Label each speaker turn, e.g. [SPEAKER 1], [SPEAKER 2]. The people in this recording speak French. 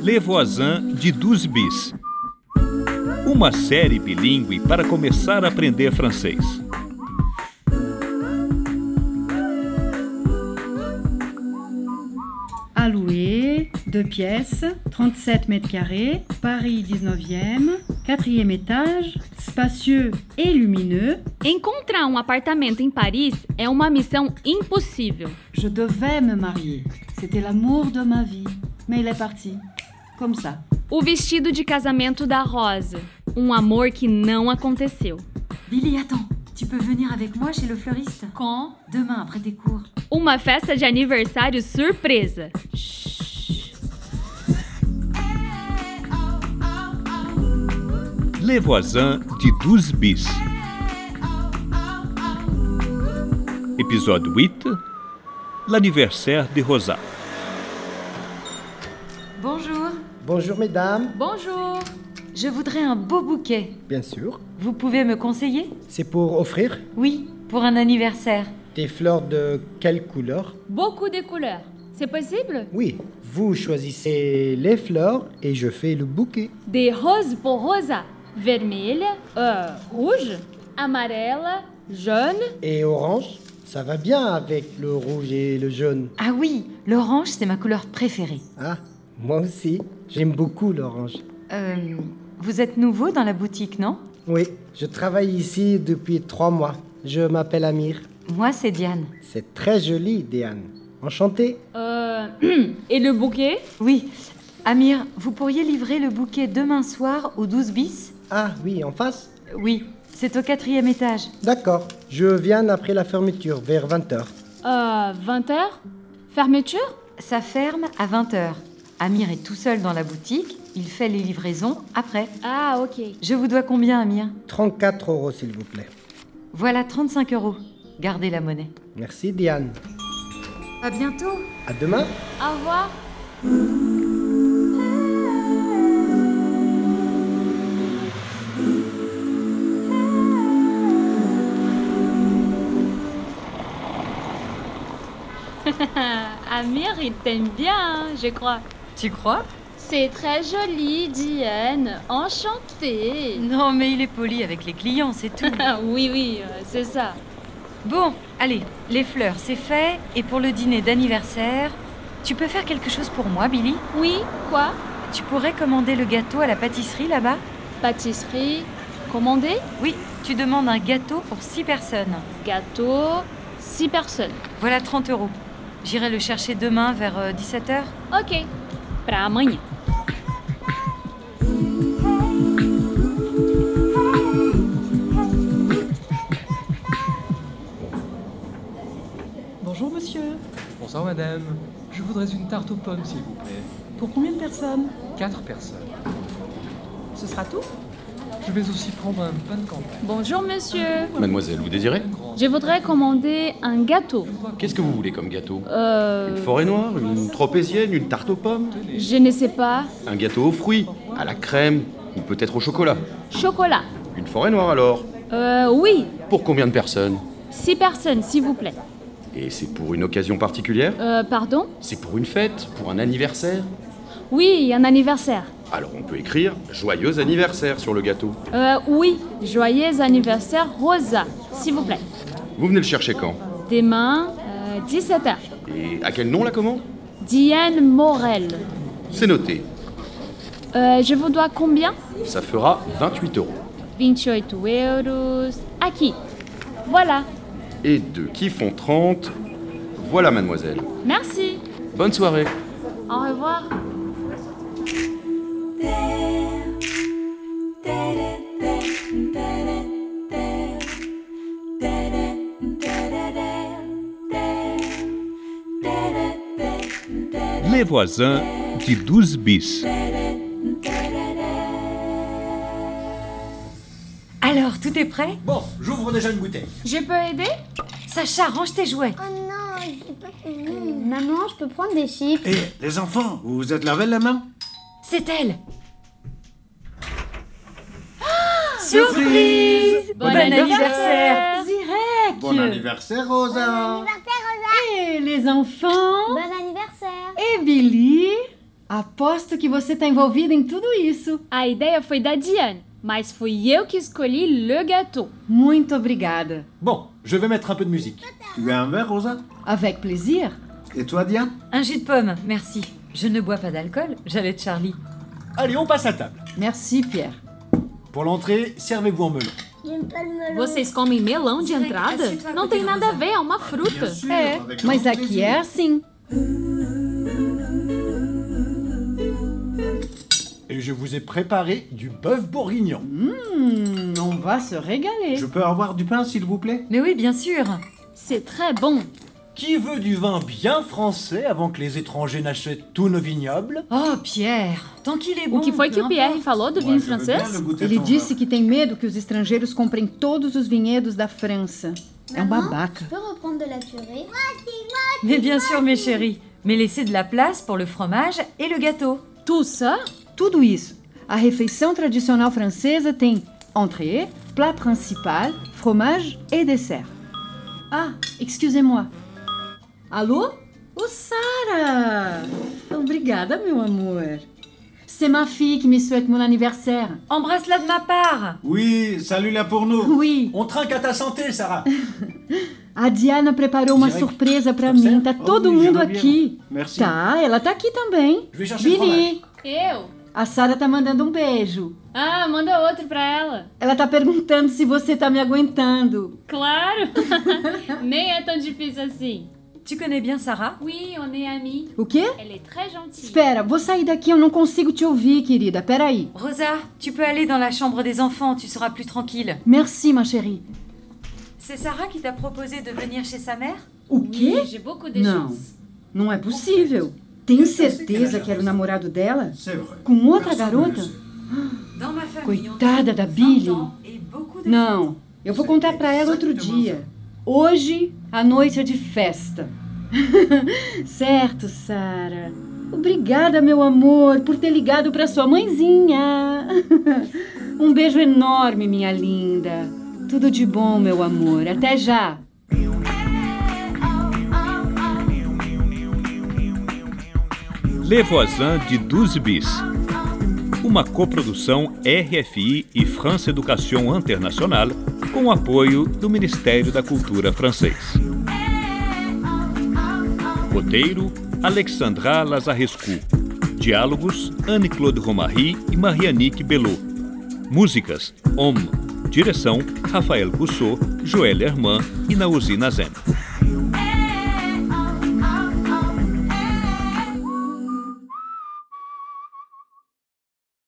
[SPEAKER 1] Levoisin de Douze Bis. Uma série bilíngue para começar a aprender francês.
[SPEAKER 2] à louer, deux pièces, 37 mètres carrés, Paris 19e, quatrième étage, spacieux et lumineux.
[SPEAKER 3] Encontrar um apartamento em Paris é uma missão impossível.
[SPEAKER 2] Je devais me marier. C'était l'amour de ma vie. Mais il est parti. Comme ça.
[SPEAKER 3] O vestido de casamento da Rosa, um amor que não aconteceu.
[SPEAKER 4] Billy, attends, tu peux venir avec moi chez le fleuriste
[SPEAKER 3] Com
[SPEAKER 4] Demain après tes cours.
[SPEAKER 3] uma festa de aniversário surpresa.
[SPEAKER 1] Levoisin de Douze Bis. Épisode 8 L'anniversaire de Rosa.
[SPEAKER 4] Bonjour.
[SPEAKER 5] Bonjour mesdames,
[SPEAKER 3] Bonjour.
[SPEAKER 4] Je voudrais un beau bouquet.
[SPEAKER 5] bien sûr.
[SPEAKER 4] Vous pouvez me conseiller
[SPEAKER 5] C'est pour offrir
[SPEAKER 4] Oui, pour un anniversaire.
[SPEAKER 5] des fleurs de quelle couleur
[SPEAKER 3] Beaucoup de couleurs. C'est possível?
[SPEAKER 5] Oui, vous choisissez les fleurs et je fais le bouquet.
[SPEAKER 3] De rose pour rosa. Vermelha, euh, rouge, amarela, jaune.
[SPEAKER 5] Et orange, ça va bien avec le rouge et le jaune.
[SPEAKER 4] Ah oui, l'orange, c'est ma couleur préférée.
[SPEAKER 5] Ah, moi aussi, j'aime beaucoup l'orange.
[SPEAKER 4] Euh, vous êtes nouveau dans la boutique, non
[SPEAKER 5] Oui, je travaille ici depuis trois mois. Je m'appelle Amir.
[SPEAKER 4] Moi, c'est Diane.
[SPEAKER 5] C'est très joli, Diane. Enchanté.
[SPEAKER 3] Euh, et le bouquet?
[SPEAKER 4] Oui, Amir, vous pourriez livrer le bouquet demain soir au 12 bis
[SPEAKER 5] Ah oui, en face
[SPEAKER 4] Oui, c'est au quatrième étage.
[SPEAKER 5] D'accord, je viens après la fermeture, vers 20h.
[SPEAKER 3] Euh, 20h? Fermeture?
[SPEAKER 4] Ça ferme à 20h. Amir est tout seul dans la boutique, il fait les livraisons après.
[SPEAKER 3] Ah, ok.
[SPEAKER 4] Je vous dois combien, Amir
[SPEAKER 5] 34 euros, s'il vous plaît.
[SPEAKER 4] Voilà 35 euros. Gardez la monnaie.
[SPEAKER 5] Merci, Diane.
[SPEAKER 4] À bientôt
[SPEAKER 5] À demain.
[SPEAKER 3] Au revoir. Amir, il t'aime bien, hein, je crois.
[SPEAKER 4] Tu crois
[SPEAKER 3] C'est très joli, Diane. Enchantée.
[SPEAKER 4] Non, mais il est poli avec les clients, c'est tout.
[SPEAKER 3] Ah, oui, oui, euh, c'est ça.
[SPEAKER 4] bon, allez, les fleurs, c'est fait. Et pour le dîner d'anniversaire, tu peux faire quelque chose pour moi, Billy
[SPEAKER 3] Oui, quoi
[SPEAKER 4] Tu pourrais commander le gâteau à la pâtisserie là-bas
[SPEAKER 3] Pâtisserie, commander,
[SPEAKER 4] Oui, tu demandes un gâteau pour 6 personnes.
[SPEAKER 3] gâteau, six personnes.
[SPEAKER 4] Voilà 30 euros. J'irai le chercher demain vers euh, 17h.
[SPEAKER 3] Ok, pra amanhã.
[SPEAKER 6] Bonjour monsieur,
[SPEAKER 7] Bonsoir madame, je voudrais une tarte aux pommes s'il vous plaît.
[SPEAKER 6] pour combien de personnes
[SPEAKER 7] Quatre personnes.
[SPEAKER 6] Ce sera tout
[SPEAKER 7] Je vais aussi prendre un pain de campagne.
[SPEAKER 3] Bonjour, monsieur.
[SPEAKER 8] Mademoiselle, vous désirez
[SPEAKER 7] Un grand.
[SPEAKER 3] Je voudrais commander un gâteau.
[SPEAKER 8] Qu'est-ce que vous voulez comme gâteau Une
[SPEAKER 3] Euh,
[SPEAKER 8] forêt noire, une tropézienne, une tarte aux pommes
[SPEAKER 3] je ne sais pas.
[SPEAKER 8] Un gâteau aux fruits, à la crème ou peut-être au chocolat
[SPEAKER 3] Chocolat.
[SPEAKER 8] Une forêt noire alors
[SPEAKER 3] Euh, oui,
[SPEAKER 8] Pour combien de personnes
[SPEAKER 3] six personnes, s'il vous plaît.
[SPEAKER 8] Et c'est pour une occasion particulière
[SPEAKER 3] Euh, pardon
[SPEAKER 8] C'est pour une fête Pour un anniversaire
[SPEAKER 3] Oui, un anniversaire.
[SPEAKER 8] Alors on peut écrire joyeux anniversaire sur le gâteau.
[SPEAKER 3] Euh, oui, joyeux anniversaire, Rosa, s'il vous plaît.
[SPEAKER 8] Vous venez le chercher quand
[SPEAKER 3] Demain, euh, 17h.
[SPEAKER 8] Et à quel nom la commande
[SPEAKER 3] Diane Morel.
[SPEAKER 8] C'est noté.
[SPEAKER 3] Euh, je vous dois combien
[SPEAKER 8] Ça fera 28 euros.
[SPEAKER 3] 28 euros. Aqui. Voilà.
[SPEAKER 8] Et deux qui font 30. Voilà mademoiselle.
[SPEAKER 3] Merci.
[SPEAKER 8] Bonne soirée.
[SPEAKER 3] Au revoir.
[SPEAKER 1] Levoisin de Douze Bis.
[SPEAKER 4] Alors, tout est prêt
[SPEAKER 9] Bon, j'ouvre déjà une bouteille.
[SPEAKER 3] Je peux aider
[SPEAKER 4] Sacha, range tes jouets.
[SPEAKER 10] Oh non, j'ai pas fini. Maman, je peux prendre des chips
[SPEAKER 9] Eh, les enfants, vous vous êtes lavé la main
[SPEAKER 4] C'est elle. Ah
[SPEAKER 9] Surprise
[SPEAKER 3] Bon,
[SPEAKER 2] Zirek
[SPEAKER 9] Bon anniversaire, Rosa
[SPEAKER 2] Et les enfants
[SPEAKER 10] Bon anniversaire
[SPEAKER 2] Et Billy
[SPEAKER 4] Aposto que você está envolvida em tudo isso.
[SPEAKER 3] A ideia foi da Diane, mas fui eu que escolhi le gâteau.
[SPEAKER 4] Muito obrigada.
[SPEAKER 11] Bon, je vais mettre un peu de musique. Tu veux un verre, Rosa
[SPEAKER 4] Avec plaisir.
[SPEAKER 11] Et toi, Diane
[SPEAKER 12] Un jus de pomme, merci. Je ne bois pas d'alcool, j'allais de Charlie.
[SPEAKER 11] Allez, on passe à table.
[SPEAKER 4] Merci, Pierre.
[SPEAKER 11] Pour l'entrée, servez-vous en melon.
[SPEAKER 10] J'aime pas le melon.
[SPEAKER 3] Vocês comem melão de
[SPEAKER 12] Será que
[SPEAKER 3] entrada?
[SPEAKER 12] assiste uma
[SPEAKER 3] Não tem
[SPEAKER 12] tipo coisa,
[SPEAKER 3] nada a
[SPEAKER 12] Rosa?
[SPEAKER 3] ver, é uma fruta.
[SPEAKER 4] É, mas aqui é assim.
[SPEAKER 11] Et je vous ai préparé du bœuf bourguignon.
[SPEAKER 4] Hum, on va se régaler.
[SPEAKER 11] Je peux avoir du pain, s'il vous plaît
[SPEAKER 12] Mais oui, bien sûr.
[SPEAKER 3] C'est très bon.
[SPEAKER 11] Qui veut du vin bien français avant que les étrangers n'achètent tous nos vignobles
[SPEAKER 12] Oh, Pierre, tant qu'il est bon.
[SPEAKER 3] O que foi
[SPEAKER 12] peu
[SPEAKER 3] que o Pierre
[SPEAKER 12] importe.
[SPEAKER 3] falou do vinho francês?
[SPEAKER 4] Ele
[SPEAKER 11] um
[SPEAKER 4] disse que tem medo que os estrangeiros comprem todos os vinhedos da França. É um babaca.
[SPEAKER 10] Je peux reprendre de la purée
[SPEAKER 12] Mais bien sûr, mes chéris. Mais laissez de la place pour le fromage et le gâteau.
[SPEAKER 3] Tout ça?
[SPEAKER 4] Tudo isso. A refeição tradicional francesa tem entrée, plat principal, fromage et dessert. Ah, excusez-moi. Alô? Ô, Sara! Obrigada, meu amor. C'est ma fille qui me souhaite mon anniversaire.
[SPEAKER 12] Embrasse-la de ma part.
[SPEAKER 11] Oui, salut là pour nous.
[SPEAKER 4] Oui,
[SPEAKER 11] On trinque à ta santé, Sarah.
[SPEAKER 4] a Diana preparou uma
[SPEAKER 11] Diana,
[SPEAKER 4] surpresa pra
[SPEAKER 11] tá
[SPEAKER 4] mim.
[SPEAKER 11] certo?
[SPEAKER 4] Tá
[SPEAKER 11] Oh,
[SPEAKER 4] todo
[SPEAKER 11] oui, je
[SPEAKER 4] mundo
[SPEAKER 11] veux bien.
[SPEAKER 4] aqui.
[SPEAKER 11] Merci.
[SPEAKER 4] Tá, ela tá aqui também.
[SPEAKER 11] Je vais chercher le fromage.
[SPEAKER 4] Vini,
[SPEAKER 3] Eu?
[SPEAKER 4] a Sara tá mandando um beijo.
[SPEAKER 3] Ah, manda outro pra ela.
[SPEAKER 4] Ela tá perguntando se você tá me aguentando.
[SPEAKER 3] Claro! Nem é tão difícil assim.
[SPEAKER 12] Tu connais bien Sarah
[SPEAKER 3] Oui, on est amis.
[SPEAKER 4] O quê?
[SPEAKER 3] Elle est très gentille.
[SPEAKER 4] Espera, vou sair daqui, eu não consigo te ouvir, querida. Peraí.
[SPEAKER 12] Rosa, tu peux aller dans la chambre des enfants, tu seras plus tranquille.
[SPEAKER 4] Merci, ma chérie.
[SPEAKER 12] C'est Sarah qui t'a proposé de venir chez sa mère
[SPEAKER 4] O
[SPEAKER 3] Oui,
[SPEAKER 4] quê?
[SPEAKER 3] j'ai beaucoup de
[SPEAKER 4] Não,
[SPEAKER 3] chance.
[SPEAKER 4] não é possível. Tem certeza que era o namorado dela?
[SPEAKER 11] C'est vrai.
[SPEAKER 4] Com outra
[SPEAKER 11] Personne ne le
[SPEAKER 4] garota?
[SPEAKER 11] sait.
[SPEAKER 12] Dans ma famille, on
[SPEAKER 4] Coitada
[SPEAKER 12] a
[SPEAKER 4] da
[SPEAKER 12] 20
[SPEAKER 4] Billy.
[SPEAKER 12] ans et beaucoup de
[SPEAKER 4] Não, eu vou contar pra ela outro dia. Hoje, a noite é de festa. certo, Sara. Obrigada, meu amor, por ter ligado pra sua mãezinha. um beijo enorme, minha linda. Tudo de bom, meu amor. Até já.
[SPEAKER 1] Le Voisin de 12 Bis. Uma coprodução RFI e France Education Internacional com o apoio do Ministério da Cultura francês. Roteiro: Alexandra Lazarescu. Diálogos: Anne-Claude Romary e Marianique Belot. Músicas: Homme. Direção: Rafael Rousseau, Joël Herman e Nauzi Nazem.